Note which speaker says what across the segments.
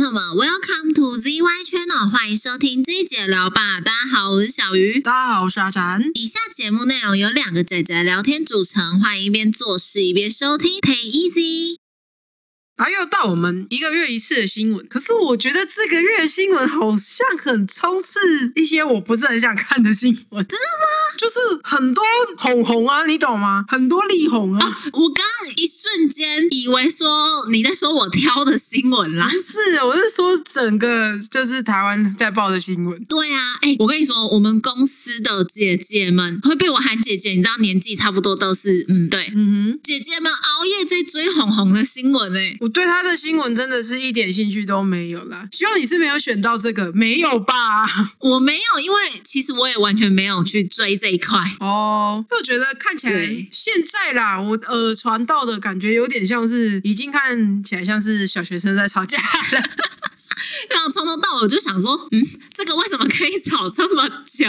Speaker 1: 友们，Welcome to ZY Channel，欢迎收听这一节聊吧。大家好，我是小鱼。
Speaker 2: 大家好，我是阿展。
Speaker 1: 以下节目内容由两个姐姐聊天组成，欢迎一边做事一边收听，Take Easy。
Speaker 2: 啊，又到我们一个月一次的新闻，可是我觉得这个月的新闻好像很充斥一些我不是很想看的新闻。
Speaker 1: 真
Speaker 2: 的吗？就是很多哄红啊，你懂吗？很多力红啊。
Speaker 1: 哦我刚刚一瞬间以为说你在说我挑的新闻啦
Speaker 2: 不。是，啊我是说整个就是台湾在报的新闻。
Speaker 1: 对啊，哎、我跟你说，我们公司的姐姐们会被我喊姐姐，你知道年纪差不多都是，嗯，对，
Speaker 2: 嗯哼，
Speaker 1: 姐姐们熬夜在追红红的新闻哎、
Speaker 2: 我对他的新闻真的是一点兴趣都没有啦。希望你是没有选到这个，没有吧？
Speaker 1: 我没有，因为其实我也完全没有去追这一块。
Speaker 2: 哦，因为我觉得看起来
Speaker 1: 对
Speaker 2: 现在啦，我耳传到的感觉有点像是已经看起来像是小学生在吵架 了。
Speaker 1: 然后从头到尾我就想说，嗯，这个为什么可以吵这么久？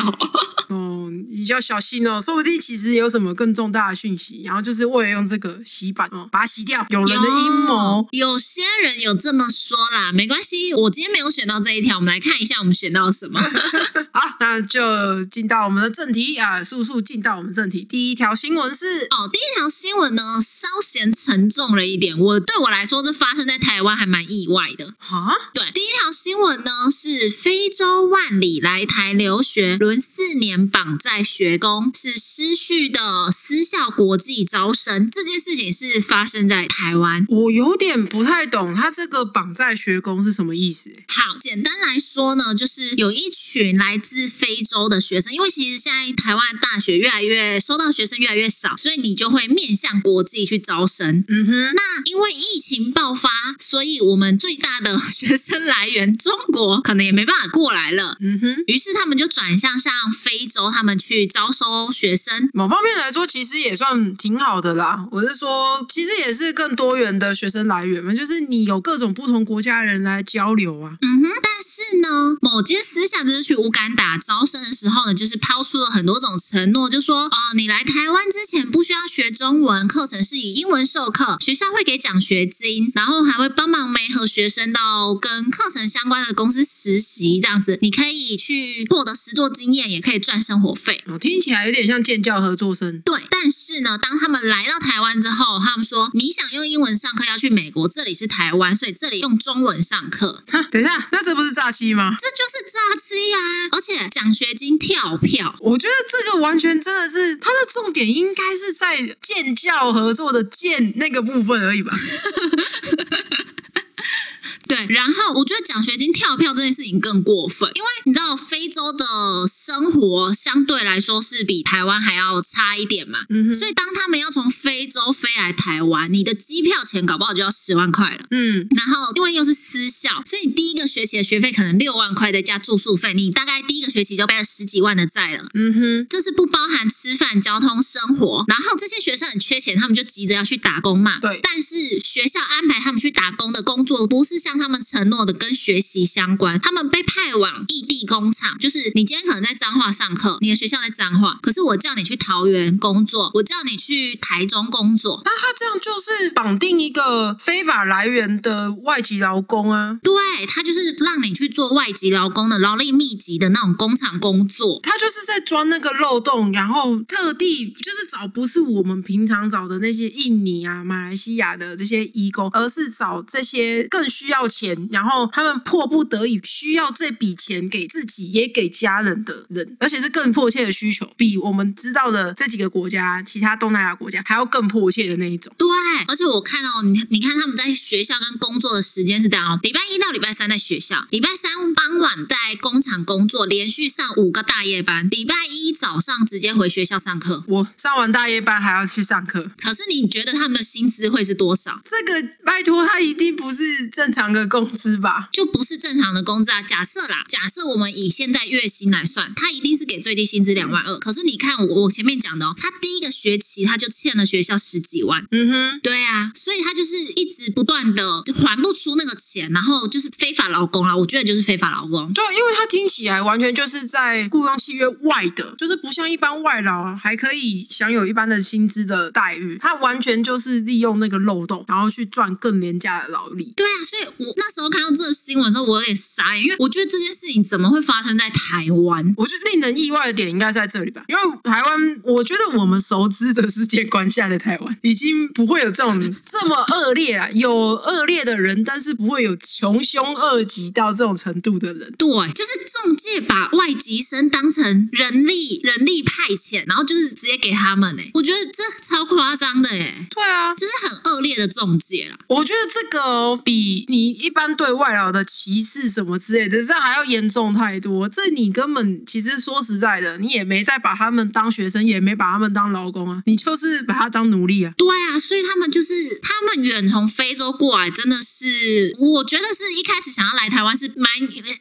Speaker 2: 哦，你要小心哦，说不定其实有什么更重大的讯息，然后就是为了用这个洗版哦，把它洗掉。有人的阴谋，
Speaker 1: 有些人有这么说啦，没关系，我今天没有选到这一条，我们来看一下我们选到什 么。哦
Speaker 2: 好，那就进到我们的正题啊，速速进到我们正题。第一条新闻是，
Speaker 1: 哦，第一条新闻呢，稍显沉重了一点，我对我来说，这发生在台湾还蛮意外的。
Speaker 2: 啊，
Speaker 1: 对，第一条新闻呢是非洲万里来台留学，轮四年绑在学工，是失序的私校国际招生。这件事情是发生在台湾。
Speaker 2: 我有点不太懂他这个绑在学工是什么意思、欸
Speaker 1: 好，简单来说呢，就是有一群来自非洲的学生，因为其实现在台湾的大学越来越收到学生越来越少，所以你就会面向国际去招生。
Speaker 2: 嗯哼，
Speaker 1: 那因为疫情爆发，所以我们最大的 学生来源中国可能也没办法过来了，
Speaker 2: 嗯哼。
Speaker 1: 于是他们就转向像非洲，他们去招收学生。
Speaker 2: 某方面来说，其实也算挺好的啦。我是说，其实也是更多元的学生来源嘛，就是你有各种不同国家的人来交流啊。
Speaker 1: 嗯哼，但是呢，某间私下就是去乌干达招生的时候呢，就是抛出了很多种承诺，就说哦，你来台湾之前不需要学中文，课程是以英文授课，学校会给奖学金，然后还会帮忙媒合学生到跟课程相关的公司实习，这样子你可以去获得实作经验，也可以赚生活费。
Speaker 2: 哦，听起来有点像建教合作生。
Speaker 1: 对，但是呢，当他们来到台湾之后，他们说你想用英文上课要去美国，这里是台湾，所以这里用中文上课，
Speaker 2: 哈，等一下，那这不是诈欺吗？
Speaker 1: 这就是诈欺啊！而且奖学金跳票。
Speaker 2: 我觉得这个完全真的是它的重点，应该是在建教合作的建那个部分而已吧。
Speaker 1: 对，然后我觉得奖学金跳票这件事情更过分，因为你知道非洲的生活相对来说是比台湾还要差一点嘛，
Speaker 2: 嗯哼，
Speaker 1: 所以当他们要从非洲飞来台湾，你的机票钱搞不好就要十万块了。
Speaker 2: 嗯，
Speaker 1: 然后因为又是私校，所以你第一个学期的学费可能六万块，再加住宿费，你大概第一个学期就背了十几万的债了。
Speaker 2: 嗯哼，
Speaker 1: 这是不包含吃饭、交通、生活。然后这些学生很缺钱，他们就急着要去打工嘛。
Speaker 2: 对
Speaker 1: 但是学校安排他们去打工的工作，不是像他们承诺的跟学习相关，他们被派往异地工厂，就是你今天可能在彰化上课，你的学校在彰化，可是我叫你去桃园工作，我叫你去台中工作，
Speaker 2: 那他这样就是绑定一个非法来源的外籍劳工啊，
Speaker 1: 对他就是让你去做外籍劳工的劳力密集的那种工厂工作。
Speaker 2: 他就是在钻那个漏洞，然后特地就是找不是我们平常找的那些印尼啊、马来西亚的这些义工，而是找这些更需要钱，然后他们迫不得已需要这笔钱给自己也给家人的人，而且是更迫切的需求，比我们知道的这几个国家、其他东南亚国家还要更迫切的那一种。
Speaker 1: 对，而且我看哦，你你看他们在学校跟工作的时间是这样哦，礼拜一到礼拜三在学校，礼拜三傍晚在工厂工作，连续上五个大夜班，礼拜一早上直接回学校上课。
Speaker 2: 我上完大夜班还要去上课，
Speaker 1: 可是你觉得他们的薪资会是多少？
Speaker 2: 这个拜托他一定不是正常的工资吧？
Speaker 1: 就不是正常的工资啊！假设啦，假设我们以现在月薪来算，他一定是给最低薪资两万二。可是你看我我前面讲的哦，他第一一个学期他就欠了学校十几万。
Speaker 2: 嗯哼，
Speaker 1: 对啊，所以他就是一直不断的还不出那个钱，然后就是非法劳工啊，我觉得就是非法劳工。
Speaker 2: 对啊，因为他听起来完全就是在雇佣契约外的，就是不像一般外劳啊还可以享有一般的薪资的待遇，他完全就是利用那个漏洞，然后去赚更廉价的劳力。
Speaker 1: 对啊，所以我那时候看到这个新闻的时候，我有点傻眼，因为我觉得这件事情怎么会发生在台湾？
Speaker 2: 我觉得令人意外的点应该在这里吧，因为台湾，我觉得我们熟知的世界观下的台湾，已经不会有这种这么恶劣啊，有恶劣的人，但是不会有穷凶恶极到这种程度的人。
Speaker 1: 对，就是中介把外籍生当成人力人力派遣，然后就是直接给他们哎、我觉得这超夸张的哎、
Speaker 2: 对啊，
Speaker 1: 就是很恶劣的中介啦。
Speaker 2: 我觉得这个哦比你一般对外劳的歧视什么之类的，这还要严重太多。这你根本其实说实在的，你也没在把他们当学生，也没把他们当劳工啊，你就是把他当奴隶啊。
Speaker 1: 对啊，所以他们就是他们远从非洲过来，真的是我觉得是一开始想要来台湾是蛮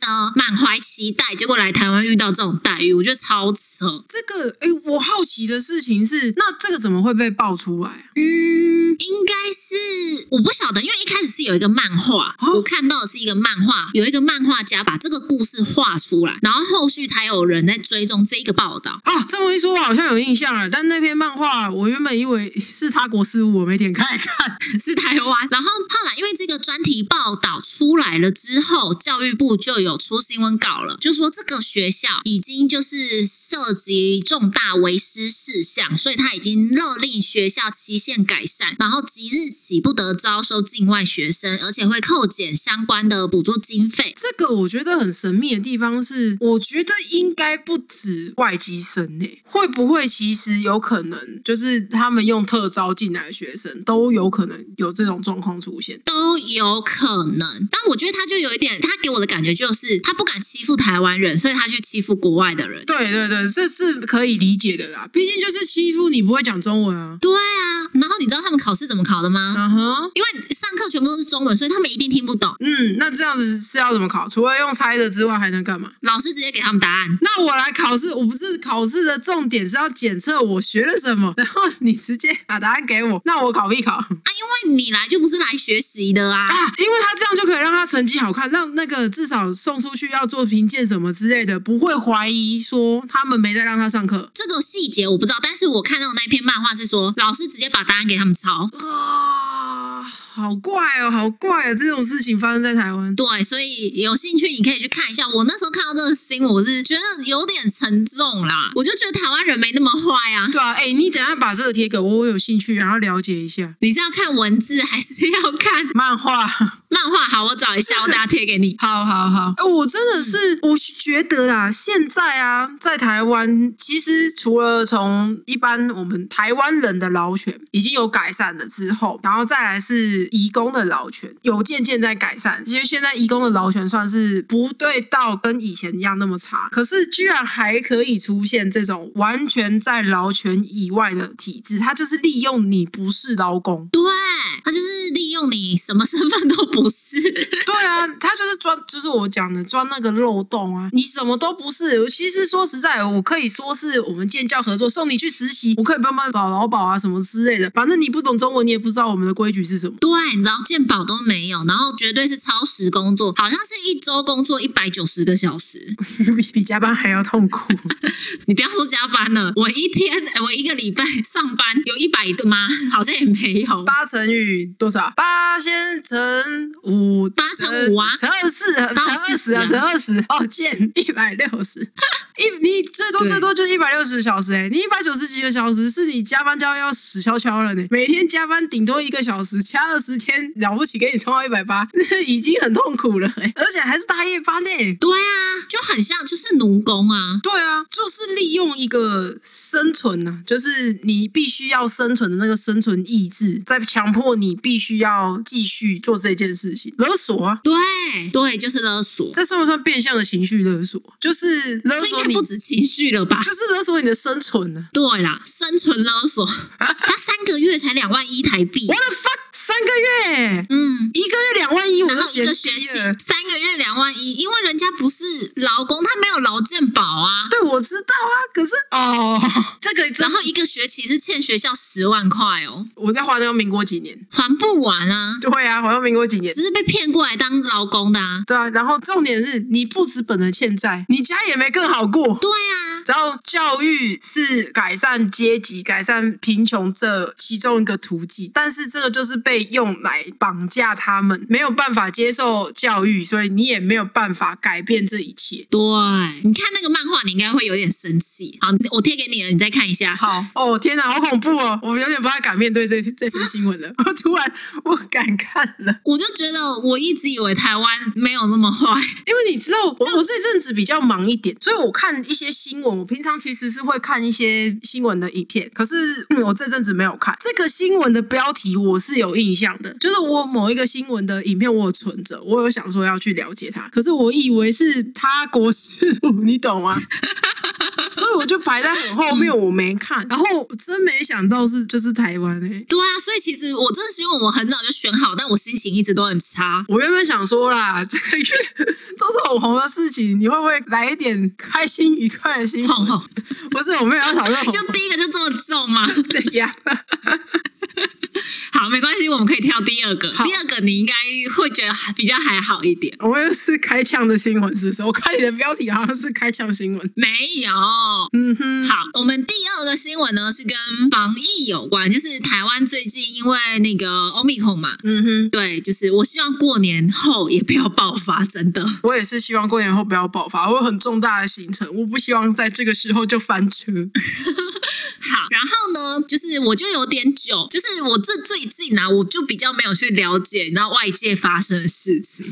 Speaker 1: 呃满怀期待，结果来台湾遇到这种待遇，我觉得超扯。
Speaker 2: 这个，哎，我好奇的事情是，那这个怎么会被爆出来啊？
Speaker 1: 嗯，应该是我不晓得，因为一开始是有一个漫画，
Speaker 2: 哦
Speaker 1: 我看到的是一个漫画，有一个漫画家把这个故事画出来，然后后续才有人在追踪这一个报道。
Speaker 2: 啊，这么一说，我好像有印象了。但那篇漫画，我原本以为是他国事务，我没点开来看。
Speaker 1: 是台湾。然后后来因为这个专题报道出来了之后，教育部就有出新闻稿了，就说这个学校已经就是涉及重大违失事项，所以他已经勒令学校期限改善，然后即日起不得招收境外学生，而且会扣减相关的补助经费。
Speaker 2: 这个我觉得很神秘的地方是，我觉得应该不止外籍生诶、会不会其实有可能就是他们用特招进来的学生都有可能有这种状况出现？
Speaker 1: 都有可能，但我觉得他就有一点，他给我的感觉就是他不敢欺负台湾人，所以他去欺负国外的人。
Speaker 2: 对对对，这是可以理解的啦，毕竟就是欺负你不会讲中文啊。
Speaker 1: 对啊，然后你知道他们考试怎么考的吗？
Speaker 2: 嗯哼，
Speaker 1: 因为上课全部都是中文，所以他们一定听不懂。
Speaker 2: 嗯，那这样子是要怎么考？除了用猜的之外，还能干嘛？
Speaker 1: 老师直接给他们答案，
Speaker 2: 那我来考试，我不是考试的重点是要检测我学了什么，然后你直接把答案给我，那我考一考啊，
Speaker 1: 啊，因为你来就不是来学习的啊。
Speaker 2: 因为他这样就可以让他成绩好看，让那个至少送出去要做评鉴什么之类的，不会怀疑说他们没在让他上课。
Speaker 1: 这个细节我不知道，但是我看到那篇漫画是说，老师直接把答案给他们抄。
Speaker 2: 啊，好怪哦，好怪哦，这种事情发生在台湾。
Speaker 1: 对，所以有兴趣你可以去看一下。我那时候看到这个新闻，我是觉得有点沉重啦，我就觉得台湾人没那么坏啊。
Speaker 2: 对啊，哎、你等一下把这个贴给我，我有兴趣，然后了解一下
Speaker 1: 你是要看文字还是要看
Speaker 2: 漫画。
Speaker 1: 漫画？好，我找一下，我等下贴给你。
Speaker 2: 好好好，呃我真的是，我觉得啦，现在啊，在台湾，其实除了从一般我们台湾人的劳权已经有改善了之后，然后再来是移工的劳权有渐渐在改善，因为现在移工的劳权算是不对到跟以前一样那么差，可是居然还可以出现这种完全在劳权以外的体制，它就是利用你不是劳工，
Speaker 1: 对，他就是利用你什么身份都不是。
Speaker 2: 对啊，他就是钻，就是我讲的钻那个漏洞啊！你什么都不是。其实说实在，我可以说是我们建教合作，送你去实习，我可以帮帮保劳保啊什么之类的。反正你不懂中文，你也不知道我们的规矩是什么。
Speaker 1: 对，你知道健保都没有，然后绝对是超时工作，好像是一周工作一百九十个小时。
Speaker 2: 比 比加班还要痛苦。
Speaker 1: 你不要说加班了，我一天 呃我一个礼拜上班有一百的吗？ 好像也没有。
Speaker 2: 八乘以多少？八先乘五，
Speaker 1: 八乘五啊
Speaker 2: 乘二四，乘
Speaker 1: 当然
Speaker 2: 二十啊，
Speaker 1: 是
Speaker 2: 乘
Speaker 1: 啊
Speaker 2: 二十，哦，见一百六十， 一你最多
Speaker 1: 对
Speaker 2: 最多就一百六十小时哎、你一百九十几个小时是你加班加到要死翘翘了呢、每天加班顶多一个小时，加二十天了不起给你冲到一百八， 已经很痛苦了、欸，而且还是大夜班呢、
Speaker 1: 对啊，就很像就是奴工啊。
Speaker 2: 对啊，就是利用一个生存呐、就是你必须要生存的那个生存意志，在强迫你必须要继续做这件事情，勒索啊。
Speaker 1: 对对，就是勒索，
Speaker 2: 这算不算变相的情绪勒索？就是勒
Speaker 1: 这应
Speaker 2: 索
Speaker 1: 该
Speaker 2: 你，
Speaker 1: 不
Speaker 2: 就
Speaker 1: 止情绪了吧？
Speaker 2: 是勒索你的生存呢、
Speaker 1: 对啦，生存勒索，他三个月才两万一台币
Speaker 2: What，the fuck？三个月，
Speaker 1: 嗯。
Speaker 2: 一个月两万一，我
Speaker 1: 然
Speaker 2: 就
Speaker 1: 后一
Speaker 2: 嫌
Speaker 1: 个学期
Speaker 2: 低了。
Speaker 1: 三个月两万一，因为人家不是劳工，他没有劳健保啊。
Speaker 2: 对，我知道啊，可是哦，这个真
Speaker 1: 然后一个学期是欠学校十万块哦，
Speaker 2: 我在华东民国几年？
Speaker 1: 还不完啊，
Speaker 2: 对啊，华东民国几年？
Speaker 1: 只是被骗过来当劳工的啊。
Speaker 2: 对啊，然后重点是你不止本人欠债，你家也没更好过。
Speaker 1: 对啊，
Speaker 2: 然后教育是改善阶级、改善贫穷这其中一个途径，但是这个就是被用来绑架他们，没有办法接受教育，所以你也没有办法改变这一切。
Speaker 1: 对，你看那个漫画，你应该会有点生气。好，我贴给你了，你再看一下。
Speaker 2: 好，哦，天哪，好恐怖哦！我有点不太敢面对这这篇新闻了。我突然我敢看了，
Speaker 1: 我就觉得我一直以为台湾没有那么坏，
Speaker 2: 因为你知道，我我这阵子比较忙一点，所以我看一些新闻。我平常其实是会看一些新闻的影片，可是、嗯我这阵子没有看这个新闻的标题，我是有印象的，就是我某一个新闻的影片，我有存着，我有想说要去了解它，可是我以为是他国事务，你懂 吗？所以我就排在很后面，我没看。然后我真没想到是就是台湾哎、
Speaker 1: 对啊，所以其实我真的是因为我很早就选好，但我心情一直都很差。
Speaker 2: 我原本想说啦，这个月都是很红的事情，你会不会来一点开心愉快的新闻？
Speaker 1: 吼 吼，
Speaker 2: 不是，我没有要 讨论红
Speaker 1: 就第一个就这么重吗？
Speaker 2: 对 呀。
Speaker 1: 好，没关系，我们可以跳第二个。
Speaker 2: 好
Speaker 1: 第二个你应该会觉得比较还好一点。
Speaker 2: 我们是开枪的新闻，是不是？我看你的标题好像是开枪新闻。
Speaker 1: 没有，
Speaker 2: 嗯哼，
Speaker 1: 好，我们第二个新闻呢是跟防疫有关，就是台湾最近因为那个 Omicron 嘛，
Speaker 2: 嗯哼，
Speaker 1: 对，就是我希望过年后也不要爆发，真的。
Speaker 2: 我也是希望过年后不要爆发，我有很重大的行程，我不希望在这个时候就翻车。
Speaker 1: 好，然后呢，就是我就有点久，就是我这最近啊，我就比较没有去了解，你知道外界发生的事 情。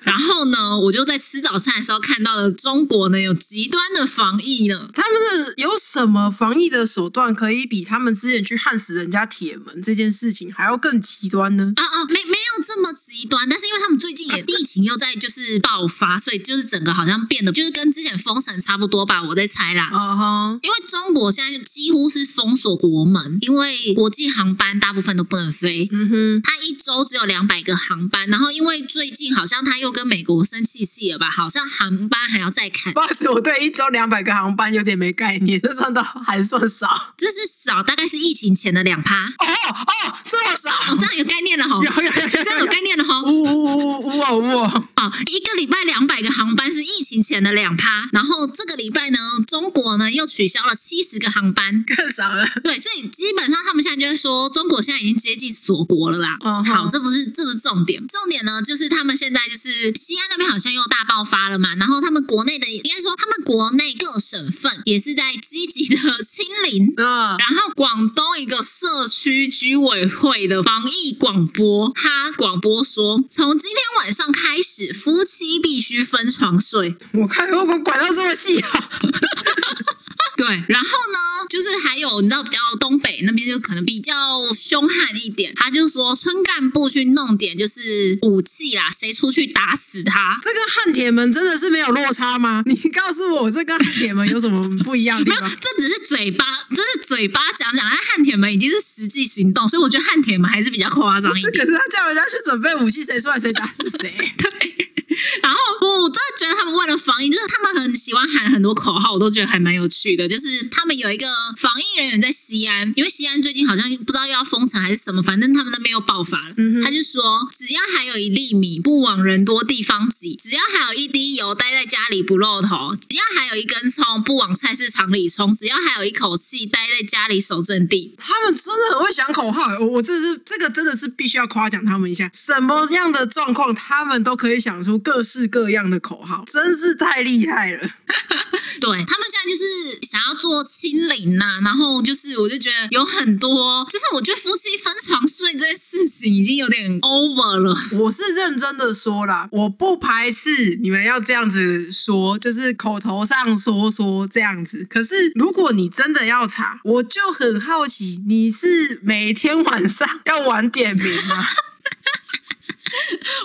Speaker 1: 然后呢，我就在吃早餐的时候看到了中国呢有极端的防疫呢，
Speaker 2: 他们的有什么防疫的手段可以比他们之前去焊死人家铁门这件事情还要更极端呢？
Speaker 1: 啊啊，没没有这么极端，但是因为他们最近也疫情又在就是爆发，所以就是整个好像变得就是跟之前封城差不多吧，我在猜啦。
Speaker 2: 啊哈，
Speaker 1: 因为中国现在就几乎是封锁国门，因为国际航班大部分都不能飞。
Speaker 2: 嗯哼，
Speaker 1: 它一周只有两百个航班，然后因为最近好像它又跟美国生气气了吧，好像航班还要再砍
Speaker 2: 不，好意思，我对一周两百个航班有点没概念，这算到还算少哦
Speaker 1: 这是少，大概是疫情前的两趴。
Speaker 2: 哦，这么少，
Speaker 1: 哦，这样有概念了吼，
Speaker 2: 有有有
Speaker 1: 这样有
Speaker 2: 有有有，
Speaker 1: 概念了吼。
Speaker 2: 呜呜呜呜哦呜哦，
Speaker 1: 哦，一个礼拜两百个航班是疫情前的两趴，然后这个礼拜呢，中国呢又取消了七十个航班。
Speaker 2: 更少了。
Speaker 1: 对，所以基本上他们现在就会说，中国现在已经接近锁国了啦。
Speaker 2: 嗯哼
Speaker 1: 好，这不是这不是重点，重点呢就是他们现在就是西安那边好像又大爆发了嘛，然后他们国内的应该说他们国内各省份也是在积极的 清零。
Speaker 2: 嗯，
Speaker 1: 然后广东一个社区居委会的防疫广播，他广播说，从今天晚上开始，夫妻必须分床睡。
Speaker 2: 我看我管到这么细啊，
Speaker 1: 对，然后呢，就是还有你知道比较东北那边就可能比较凶悍一点，他就说村干部去弄点就是武器啦，谁出去打死他。
Speaker 2: 这跟汉铁门真的是没有落差吗？你告诉我，这跟汉铁门有什么不一样的地
Speaker 1: 没有，
Speaker 2: 方？
Speaker 1: 这只是嘴巴，这是嘴巴讲讲，但汉铁门已经是实际行动，所以我觉得汉铁门还是比较夸张
Speaker 2: 不
Speaker 1: 一
Speaker 2: 是，
Speaker 1: 点。
Speaker 2: 可是他叫人家去准备武器，谁出来谁打死谁。
Speaker 1: 然后我我真的觉得他们为了防疫，就是他们很喜欢喊很多口号，我都觉得还蛮有趣的。就是他们有一个防疫人员在西安，因为西安最近好像不知道又要封城还是什么，反正他们那边又爆发了。他就说，只要还有一粒米不往人多地方挤，只要还有一滴油待在家里不露头，只要还有一根葱不往菜市场里冲，只要还有一口气待在家里守阵地。
Speaker 2: 他们真的很会想口号，我我这是这个真的是必须要夸奖他们一下。什么样的状况，他们都可以想出各式各样的口号，真是太厉害了。
Speaker 1: 对他们现在就是想要做清零呐、然后就是我就觉得有很多，就是我觉得夫妻分床睡这件事情已经有点 over 了。
Speaker 2: 我是认真的说啦，我不排斥你们要这样子说，就是口头上说说这样子。可是如果你真的要查，我就很好奇，你是每天晚上要晚点名吗？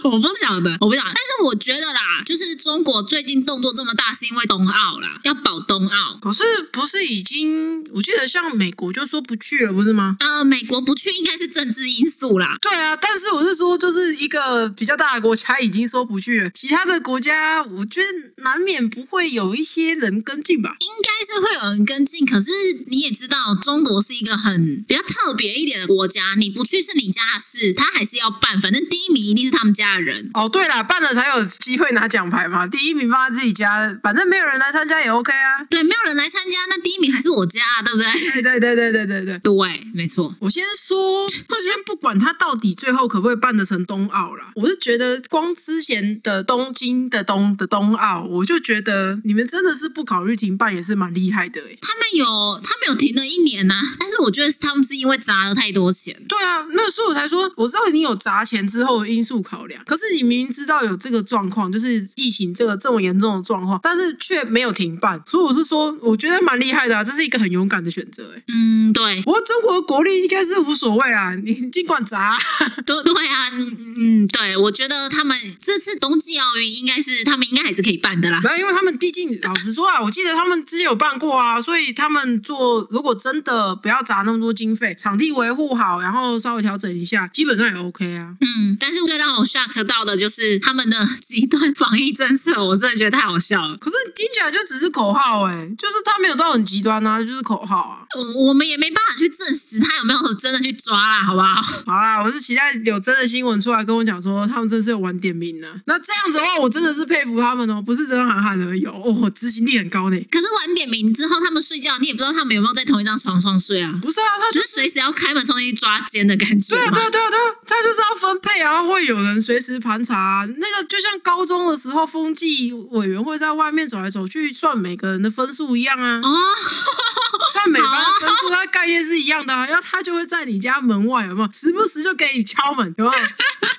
Speaker 1: 我不晓得，我不晓得。但是我觉得啦，就是中国最近动作这么大，是因为冬奥啦，要保冬奥。
Speaker 2: 可是不是已经？我记得像美国就说不去了，不是吗？
Speaker 1: 呃，美国不去应该是政治因素啦。
Speaker 2: 对啊，但是我是说，就是一个比较大的国家已经说不去了，其他的国家，我觉得难免不会有一些人跟进吧。
Speaker 1: 应该是会有人跟进，可是你也知道，中国是一个很比较特别一点的国家，你不去是你家的事，他还是要办。反正第一名一定是他们家的人，
Speaker 2: 哦，对啦，办了才有机会拿奖牌嘛，第一名放在自己家，反正没有人来参加也 OK 啊。
Speaker 1: 对，没有人来参加，那第一名还是我家啊，对不 对？
Speaker 2: 对对对对对对对。
Speaker 1: 对，没错。
Speaker 2: 我先说，先不管他到底最后可不可以办得成冬奥啦，我是觉得光之前的东京的冬的冬奥，我就觉得你们真的是不考虑停办也是蛮厉害的欸诶、
Speaker 1: 他们有，他们有停了一年呐、但是我觉得是他们是因为砸了太多钱，
Speaker 2: 对啊，那所以我才说，我知道你有砸钱之后的因素考量，可是你明明知道有这个状况，就是疫情这个这么严重的状况，但是却没有停办，所以我是说，我觉得蛮厉害的啊，这是一个很勇敢的选择诶、欸
Speaker 1: 嗯，对，
Speaker 2: 不过中国的国力应该是无所谓啊，你尽管砸。
Speaker 1: 对对啊，嗯，嗯对，我觉得他们这次冬季奥运应该是他们应该还是可以办的啦。
Speaker 2: 然后，因为他们毕竟老实说啊，我记得他们之前有办过啊，所以他们做如果真的不要砸那么多经费，场地维护好，然后稍微调整一下，基本上也 OK 啊。
Speaker 1: 嗯，但是最让我 shock 到的就是他们的极端防疫政策，我真的觉得太好笑了。
Speaker 2: 可是听起来就只是口号哎、就是他没有到很极端啊，就是口号啊。
Speaker 1: 我我们也没办法去证实他有没有真的去抓啦，好不好？
Speaker 2: 好啦，我是期待有真的新闻出来跟我讲说他们真是有玩点名呢、啊那这样子的话，我真的是佩服他们哦，不是真的喊喊而已哦，哦执行力很高呢。
Speaker 1: 可是晚点名之后，他们睡觉，你也不知道他们有没有在同一张床上睡啊，
Speaker 2: 不是啊，他
Speaker 1: 就是随时要开门冲进去抓奸的感觉
Speaker 2: 对
Speaker 1: 嘛
Speaker 2: 啊，对。啊，对啊，对啊，他就是要分配啊，会有人随时盘查啊、那个就像高中的时候，风纪委员会在外面走来走去，算每个人的分数一样啊，
Speaker 1: 哦，
Speaker 2: 算每班
Speaker 1: 好啊
Speaker 2: 的分数，它概念是一样的、啊。然后他就会在你家门外，有没有？时不时就给你敲门，有没有？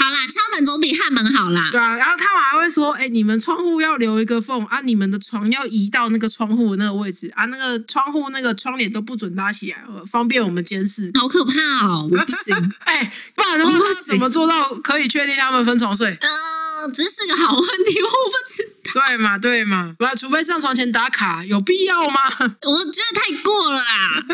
Speaker 1: 好啦，敲门总比焊门好啦。
Speaker 2: 对啊，然后他们还会说，哎、你们窗户要留一个缝啊，你们的床要移到那个窗户的那个位置啊，那个窗户那个窗帘都不准拉起来，呃方便我们监视。
Speaker 1: 好可怕哦！我不行，
Speaker 2: 哎、不然的话，
Speaker 1: 我不
Speaker 2: 他
Speaker 1: 行
Speaker 2: 怎么做到可以确定他们分床睡？
Speaker 1: 呃，这是个好问题，我不知
Speaker 2: 对嘛，对嘛，不然，除非上床前打卡，有必要 吗？
Speaker 1: 我觉得太过了 啦。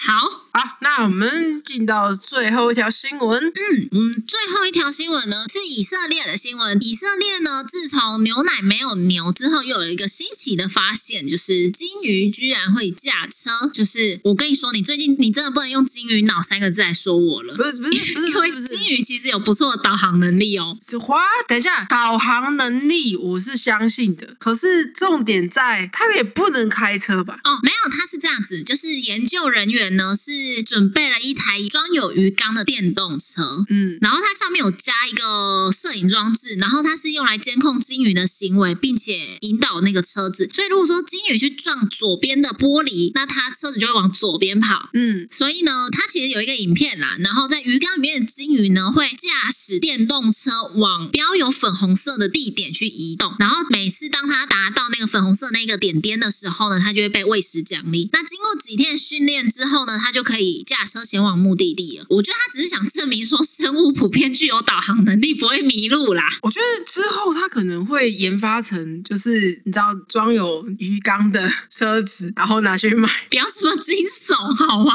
Speaker 1: 好，
Speaker 2: 好，啊那我们进到最后一条新闻。
Speaker 1: 嗯嗯，最后一条新闻呢是以色列的新闻。以色列呢，自从牛奶没有牛之后，又有一个新奇的发现，就是金鱼居然会驾车。就是我跟你说，你最近你真的不能用“金鱼脑”三个字来说我了
Speaker 2: 不，是不是不是
Speaker 1: 因
Speaker 2: 不是
Speaker 1: 为
Speaker 2: 不
Speaker 1: 金
Speaker 2: 是，
Speaker 1: 鱼其实有不错的导航能力哦。
Speaker 2: 花等一下，导航能力我是相信的，可是重点在他们也不能开车吧？
Speaker 1: 哦，没有，它是这样子，就是研究人员呢是准备了一台装有鱼缸的电动车，
Speaker 2: 嗯，
Speaker 1: 然后它上面有加一个摄影装置，然后它是用来监控金鱼的行为，并且引导那个车子。所以如果说金鱼去撞左边的玻璃，那它车子就会往左边跑。
Speaker 2: 嗯，
Speaker 1: 所以呢，它其实有一个影片啦，然后在鱼缸里面的金鱼呢，会驾驶电动车往标有粉红色的地点去移动，然后每次当它达到那个粉红色那个点点的时候呢，它就会被喂食奖励。那经过几天的训练之后呢，它就可以驾车前往目的地了。我觉得它只是想证明说，生物普遍具有导航能力，不会迷路啦。
Speaker 2: 我觉得之后他可能会研发成，就是你知道装有鱼缸的 车子，然后拿去卖。
Speaker 1: 不要这么惊悚好吗？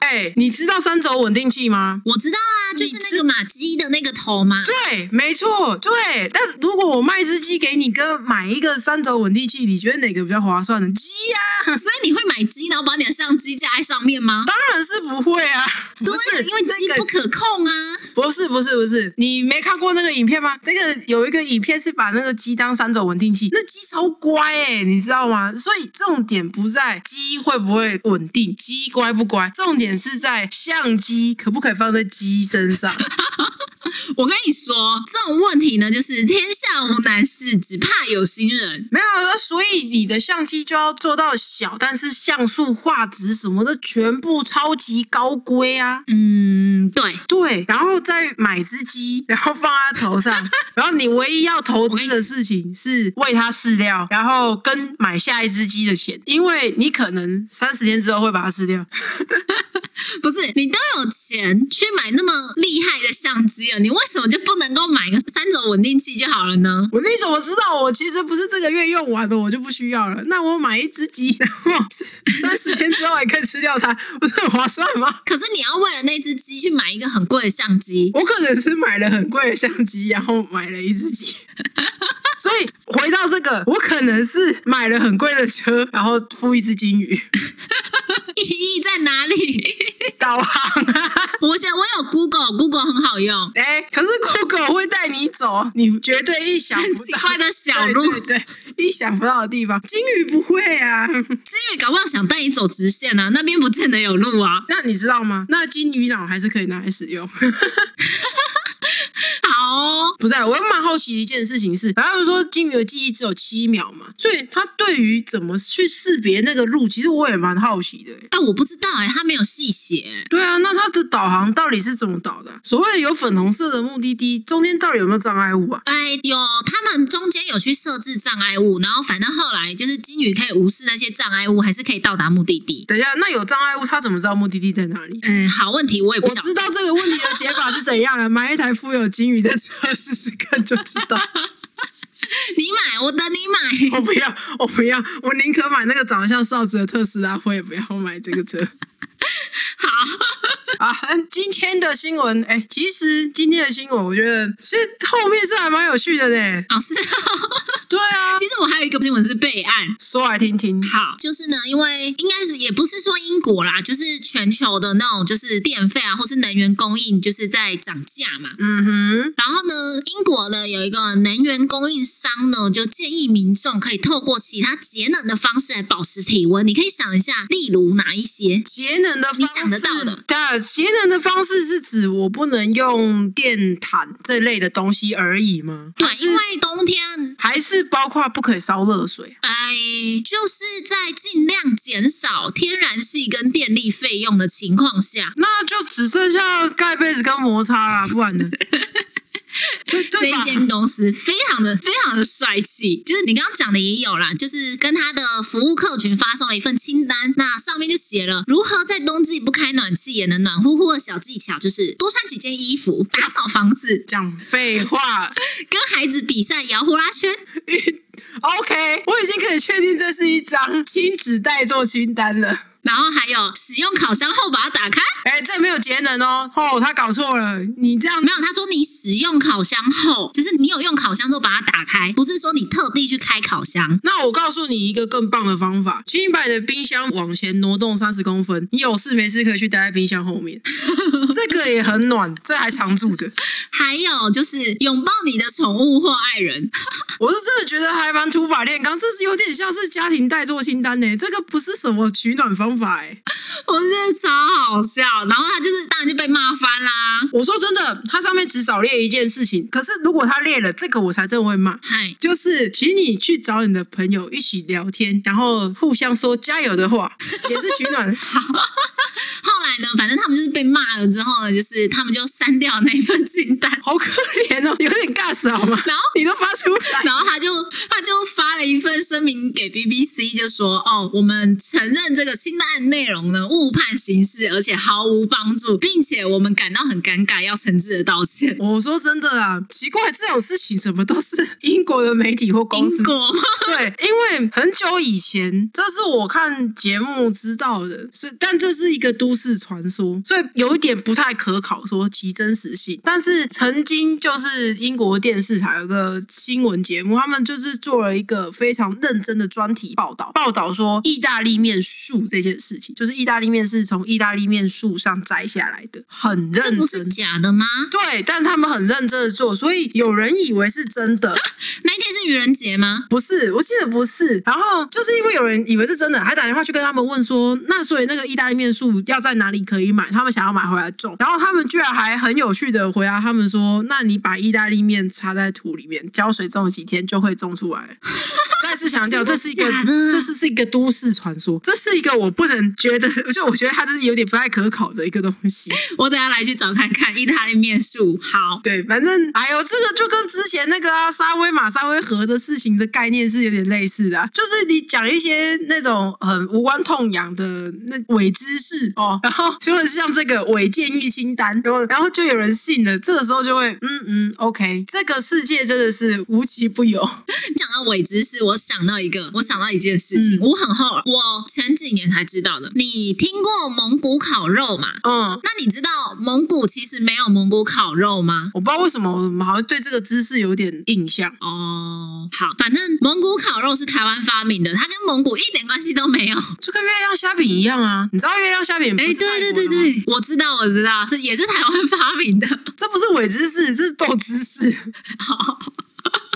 Speaker 2: 哎、哎、你知道三轴稳定器吗？
Speaker 1: 我知道啊，就是那个马鸡的那个头嘛。
Speaker 2: 对，没错，对。但如果我卖一只鸡给你，跟买一个三轴稳定器，你觉得哪个比较划算呢？鸡呀、
Speaker 1: 所以你会买鸡，然后把你的相机架在上面吗？
Speaker 2: 当然是不会啊，
Speaker 1: 对
Speaker 2: 不
Speaker 1: 啊，
Speaker 2: 是
Speaker 1: 因为鸡
Speaker 2: 那
Speaker 1: 不
Speaker 2: 个
Speaker 1: 可控啊。
Speaker 2: 不是不是不是，你没看过那个影片吗？那个有一个影片是把那个鸡当三轴稳定器，那鸡超乖哎、你知道吗？所以重点不在鸡会不会稳定，鸡乖不乖，重点是在相机可不可以放在鸡身上。
Speaker 1: 我跟你说，这种问题呢，就是天下无难事，只怕有心人。
Speaker 2: 没有，那所以你的相机就要做到小，但是像素、画质什么的全部超级高规啊。
Speaker 1: 嗯，对。
Speaker 2: 对，然后再买只鸡，然后放在头上，然后你唯一要投资的事情是喂它饲料，然后跟买下一只鸡的钱，因为你可能三十天之后会把它吃掉。
Speaker 1: 不是你都有钱去买那么厉害的相机了，你为什么就不能够买个三轴稳定器就好了呢？
Speaker 2: 我那怎么知道？我其实不是这个月用完的，我就不需要了。那我买一只鸡，然后三十天之后也可以吃掉它，不是很划算吗？
Speaker 1: 可是你要为了那只鸡去买一个很贵的相机，
Speaker 2: 我可能是买了很贵的相机，然后买了一只鸡。 所以回到这个，我可能是买了很贵的车，然后付一只金鱼
Speaker 1: 意义在哪里？
Speaker 2: 导航、啊。
Speaker 1: 我想我有 Google，Google 很好用，
Speaker 2: 哎、可是 Google 会带你走，你绝对意想
Speaker 1: 很
Speaker 2: 不
Speaker 1: 奇
Speaker 2: 到。
Speaker 1: 怪的小路。
Speaker 2: 对对对，意想不到的地方，金鱼不会啊。
Speaker 1: 是因为搞不好想带你走直线啊，那边不见得有路啊。
Speaker 2: 那你知道吗？那金鱼脑还是可以拿来使用。
Speaker 1: 好哦，
Speaker 2: 不是、啊，我蛮好奇一件事情是，然后他们说金鱼的记忆只有七秒嘛，所以他对于怎么去识别那个路，其实我也蛮好奇的欸。
Speaker 1: 哎，我不知道哎、他没有细写。
Speaker 2: 对啊，那它的导航到底是怎么导的啊、所谓有粉红色的目的地，中间到底有没有障碍物啊？
Speaker 1: 哎，有他们中间有去设置障碍物，然后反正后来就是金鱼可以无视那些障碍物，还是可以到达目的地。
Speaker 2: 等一下，那有障碍物，他怎么知道目的地在哪里？
Speaker 1: 嗯，好问题，我也不
Speaker 2: 我
Speaker 1: 晓
Speaker 2: 知
Speaker 1: 得。
Speaker 2: 道这个问题的解法是怎样了，买一台富有金鱼的车试试看就知道。
Speaker 1: 你买，我等你买。
Speaker 2: 我不要，我不要，我宁可买那个长得像哨子的特斯拉，我也不要买这个车。
Speaker 1: 好，
Speaker 2: 啊，今天的新闻，哎、其实今天的新闻，我觉得其实后面是还蛮有趣的呢。
Speaker 1: 老师、
Speaker 2: 对啊，
Speaker 1: 其实我还有一个新闻是备案。
Speaker 2: 说来听听。
Speaker 1: 好，就是呢，因为应该是也不是说英国啦，就是全球的那种就是电费啊，或是能源供应就是在涨价嘛。
Speaker 2: 嗯哼，
Speaker 1: 然后呢，英国呢有一个能源供应商呢，就建议民众可以透过其他节能的方式来保持体温。你可以想一下，例如哪一些？
Speaker 2: 节能的方式，
Speaker 1: 你想得到的
Speaker 2: 对啊，节能的方式是指我不能用电毯这类的东西而已吗？
Speaker 1: 对
Speaker 2: 还，是
Speaker 1: 因为冬天，
Speaker 2: 还是包括不可以烧热水？
Speaker 1: 哎，就是在尽量减少天然气跟电力费用的情况下，
Speaker 2: 那就只剩下盖被子跟摩擦啦，不然呢？对
Speaker 1: 这
Speaker 2: 对吧
Speaker 1: 一？间公司非常的非常的帅气，就是你刚刚讲的也有啦，就是跟他的服务客群发送了一份清单，那上面就写了如何在冬季不开暖气也能暖乎乎的小技巧，就是多穿几件衣服，打扫房子，
Speaker 2: 讲废话。
Speaker 1: 跟孩子比赛摇呼啦圈。
Speaker 2: OK，我已经可以确定这是一张亲子代做清单了。
Speaker 1: 然后还有使用烤箱后把它打开，
Speaker 2: 哎，这没有节能哦，哦，他搞错了，你这样
Speaker 1: 没有，他说你使用烤箱后，就是你有用烤箱之后把它打开，不是说你特地去开烤箱。
Speaker 2: 那我告诉你一个更棒的方法，请你把你的冰箱往前挪动三十公分，你有事没事可以去待在冰箱后面，这个也很暖，这还常住的。
Speaker 1: 还有就是拥抱你的宠物或爱人，
Speaker 2: 我是真的觉得还蛮土法炼钢，这是有点像是家庭代做清单呢、这个不是什么取暖方法哎、
Speaker 1: 我真的超好笑，然后他就是当然就被骂翻啦。
Speaker 2: 我说真的，它上面只少列一件事情，可是如果它列了这个，我才真的会骂。
Speaker 1: 嗨，
Speaker 2: 就是，请你去找你的朋友一起聊天，然后互相说加油的话，也是取暖。
Speaker 1: 后来呢，反正他们就是被骂了之后呢，就是他们就删掉那一份清单，
Speaker 2: 好可怜哦，有点尬死好吗？
Speaker 1: 然后。
Speaker 2: 你都发出来。
Speaker 1: 然后他就他就发了一份声明给 BBC，就说：“哦，我们承认这个清单的内容呢误判形式，而且毫无帮助，并且我们感到很尴尬，要诚挚的道 歉。
Speaker 2: 我说真的啦，奇怪，这种事情怎么都是英国的媒体或”公司
Speaker 1: 英？国吗？
Speaker 2: 对，因为很久以前，这是我看节目知道的，所以但这是一个都市传说，所以有一点不太可考，说其真实性。但是曾经就是英国电视台有个新闻节目，他们就是做了一个非常认真的专题报道，报道说意大利面树这件事情，就是意大利面是从意大利面树上摘下来的，很认
Speaker 1: 这
Speaker 2: 真。
Speaker 1: 不是假的吗？
Speaker 2: 对，但他们很认真的做，所以有人以为是真的，
Speaker 1: 那一天是愚人节吗？
Speaker 2: 不是，我记得不是。然后就是因为有人以为是真的，还打电话去跟他们问说，那所以那个意大利面树要在哪里可以买？他们想要买回来种，然后他们居然还很有趣的回答他们 说，那你把意大利面插在土里面，浇水种几天就会种出来了。再次强调，
Speaker 1: 真
Speaker 2: 这
Speaker 1: 的
Speaker 2: 是一个
Speaker 1: 假的，
Speaker 2: 这是是一个都市传说，这是一个我不能觉得，就我觉得它这是有点不太可考的一个东西。
Speaker 1: 我等下来去找看看意大利面树。好，
Speaker 2: 对，反正哎呦，这个就跟之前那个啊沙威玛、沙威河的事情的概念是有点类似的啊、就是你讲一些那种很无关痛痒的那伪知识哦，然后就是像这个伪建议清单，然后然后就有人信了，这个时候就会嗯嗯，OK，这个世界真的是无奇不有。
Speaker 1: 讲到伪知识，我想到一个，我想到一件事情，
Speaker 2: 嗯
Speaker 1: 我很后，我前几年才知道的。你听过蒙古烤肉吗？
Speaker 2: 嗯，
Speaker 1: 那你知道蒙古其实没有蒙古烤肉吗？
Speaker 2: 我不知道为什么我们好像对这个知识有点印象。
Speaker 1: 哦，好，反正蒙古烤肉是台湾发明的，它跟蒙古一点关系都没有。
Speaker 2: 就跟月亮虾饼一样啊，你知道月亮虾饼？
Speaker 1: 哎，对对对，对，我知道，我知道，是也是台湾发明的。
Speaker 2: 这不是伪知识，这是豆知识。
Speaker 1: 好，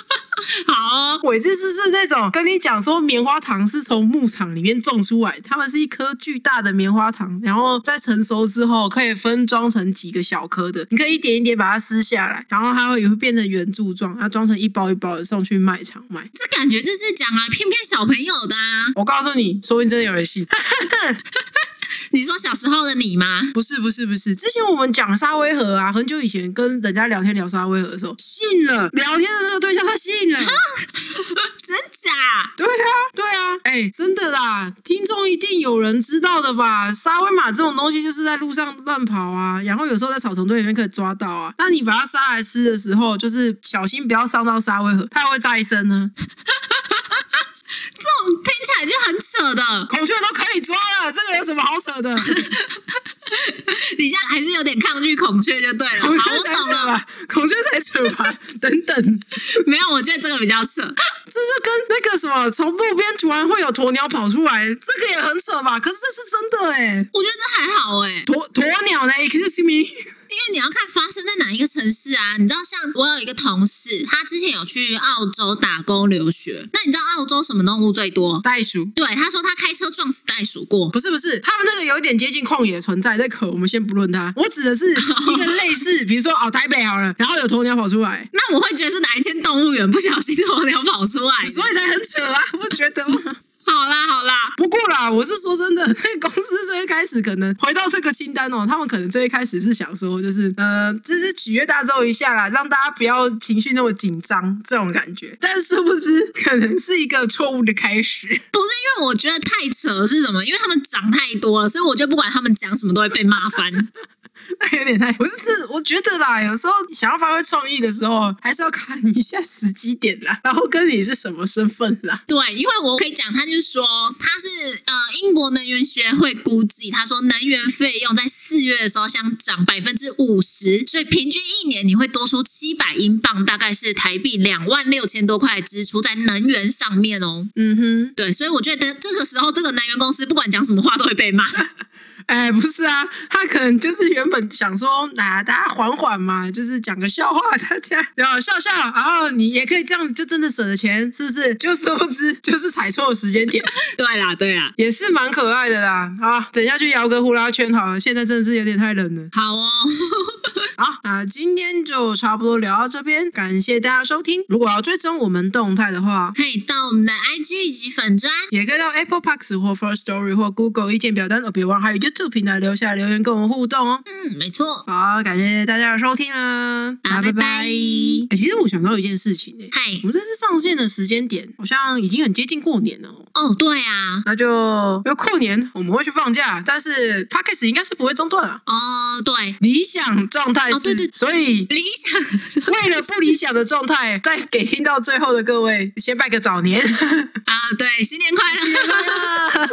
Speaker 1: 好哦，
Speaker 2: 伪知识是那种跟你讲说棉花糖是从牧场里面种出来，它们是一颗巨大的棉花糖，然后在成熟之后可以分装成几个小颗的，你可以一点一点把它撕下来，然后它会也会变成圆柱状，它装成一包一包的送去卖场卖。
Speaker 1: 这感觉就是讲来骗骗小朋友的啊。
Speaker 2: 我告诉你，说不定真的有人信。
Speaker 1: 你说小时候的你吗？
Speaker 2: 不是不是不是，之前我们讲沙威河啊，很久以前跟人家聊天聊沙威河的时候，信了聊天的那个对象，他信了。
Speaker 1: 真假？
Speaker 2: 对啊，对啊，哎、真的啦，听众一定有人知道的吧？沙威玛这种东西就是在路上乱跑啊，然后有时候在草丛堆里面可以抓到啊。那你把它杀来吃的时候，就是小心不要伤到沙威河，它还会再生呢。
Speaker 1: 这种听起来就很扯的。
Speaker 2: 孔雀都可以抓了，这个有什么好扯的？
Speaker 1: 你现在还是有点抗拒孔雀就对了。好，
Speaker 2: 孔雀
Speaker 1: 我
Speaker 2: 才
Speaker 1: 懂
Speaker 2: 扯
Speaker 1: 了。
Speaker 2: 吧，孔雀才扯吧， 等等。
Speaker 1: 没有，我觉得这个比较扯。
Speaker 2: 这是跟那个什么，从路边突然会有鸵鸟跑出来，这个也很扯吧？可是这是真的哎、
Speaker 1: 我觉得这还好哎、
Speaker 2: 鸵鸵鸟呢？Excuse me，
Speaker 1: 因为你要看发生在哪一个城市啊。你知道，像我有一个同事，他之前有去澳洲打工留学。那你知道澳洲什么动物最多？
Speaker 2: 袋鼠
Speaker 1: 对，他说他开车撞死袋鼠过。
Speaker 2: 不是不是，他们那个有一点接近旷野存在，那可我们先不论它。我指的是一个类似，比如说哦台北好了，然后有鸵鸟跑出来，
Speaker 1: 那我会觉得是哪一间动物园不小心鸵鸟跑出来的。
Speaker 2: 所以才很扯啊，不觉得吗？
Speaker 1: 好啦好啦，
Speaker 2: 不过啦，我是说真的，那公司最一开始可能回到这个清单哦，他们可能最一开始是想说，就是呃，就是取悦大众一下啦，让大家不要情绪那么紧张这种感觉。但殊不知，可能是一个错误的开始。
Speaker 1: 不是因为我觉得太扯了是什么？因为他们涨太多了，所以我就不管他们讲什么都会被骂翻。
Speaker 2: 那有点太，我是这，我觉得啦，有时候想要发挥创意的时候，还是要看一下时机点啦，然后跟你是什么身份啦。
Speaker 1: 对，因为我可以讲，他就是说他是呃英国能源学会估计，他说能源费用在四月的时候将涨百分之五十，所以平均一年你会多出七百英镑，大概是台币两万六千多块的支出在能源上面哦。
Speaker 2: 嗯哼，
Speaker 1: 对，所以我觉得这个时候这个能源公司不管讲什么话都会被骂。
Speaker 2: 哎，不是啊，他可能就是原本想说，啊，大家缓缓嘛，就是讲个笑话，大家然后笑笑，然后你也可以这样，就真的省了钱，是不是？就殊不知就是踩错了时间点，
Speaker 1: 对啦，对啦。
Speaker 2: 也是蛮可爱的啦。啊，等一下去摇个呼啦圈好了，现在真的是有点太冷了。
Speaker 1: 好哦，
Speaker 2: 好，那今天就差不多聊到这边，感谢大家收听。如果要追踪我们动态的话，
Speaker 1: 可以到我们的 IG 以及粉砖
Speaker 2: 也可以到 Apple p a s 或 First Story 或 Google 意见表单，哦，别忘了还有 YouTube 平台留下来留言跟我们互动哦。
Speaker 1: 嗯，没错。
Speaker 2: 好，感谢大家的收听啊，
Speaker 1: 啊
Speaker 2: 那
Speaker 1: 拜
Speaker 2: 拜
Speaker 1: 拜
Speaker 2: 拜。哎、其实我想到一件事情、欸，
Speaker 1: 嗨
Speaker 2: 我，们这次上线的时间点好像已经很接近过年了、哦。
Speaker 1: 哦，对啊，
Speaker 2: 那就因为过年我们会去放假，但是 p o d c a s t 应该是不会中断啊。
Speaker 1: 哦，对，
Speaker 2: 理想状态是，
Speaker 1: 哦对对
Speaker 2: 所以
Speaker 1: 理想
Speaker 2: 为了不理想的状态，再给听到最后的各位先拜个 早年。
Speaker 1: 啊，对，新年快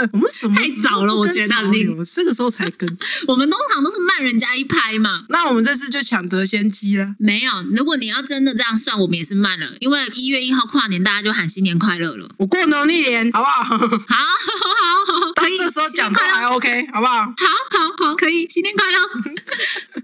Speaker 1: 乐！
Speaker 2: 我们什么
Speaker 1: 太早了我觉得你
Speaker 2: 你这个时候才跟。
Speaker 1: 我们通常都是慢人家一拍嘛。
Speaker 2: 那我们这次就抢得先机了。
Speaker 1: 没有，如果你要真的这样算，我们也是慢了，因为一月一号跨年，大家就喊新年快乐了。
Speaker 2: 我过农历年，好不好？
Speaker 1: 好，好，好，
Speaker 2: 到
Speaker 1: 可以，
Speaker 2: 啊这时候
Speaker 1: 新
Speaker 2: 讲
Speaker 1: 年
Speaker 2: 都
Speaker 1: 快乐，
Speaker 2: 还 OK，好不好？
Speaker 1: 好好好，可以，新年快乐。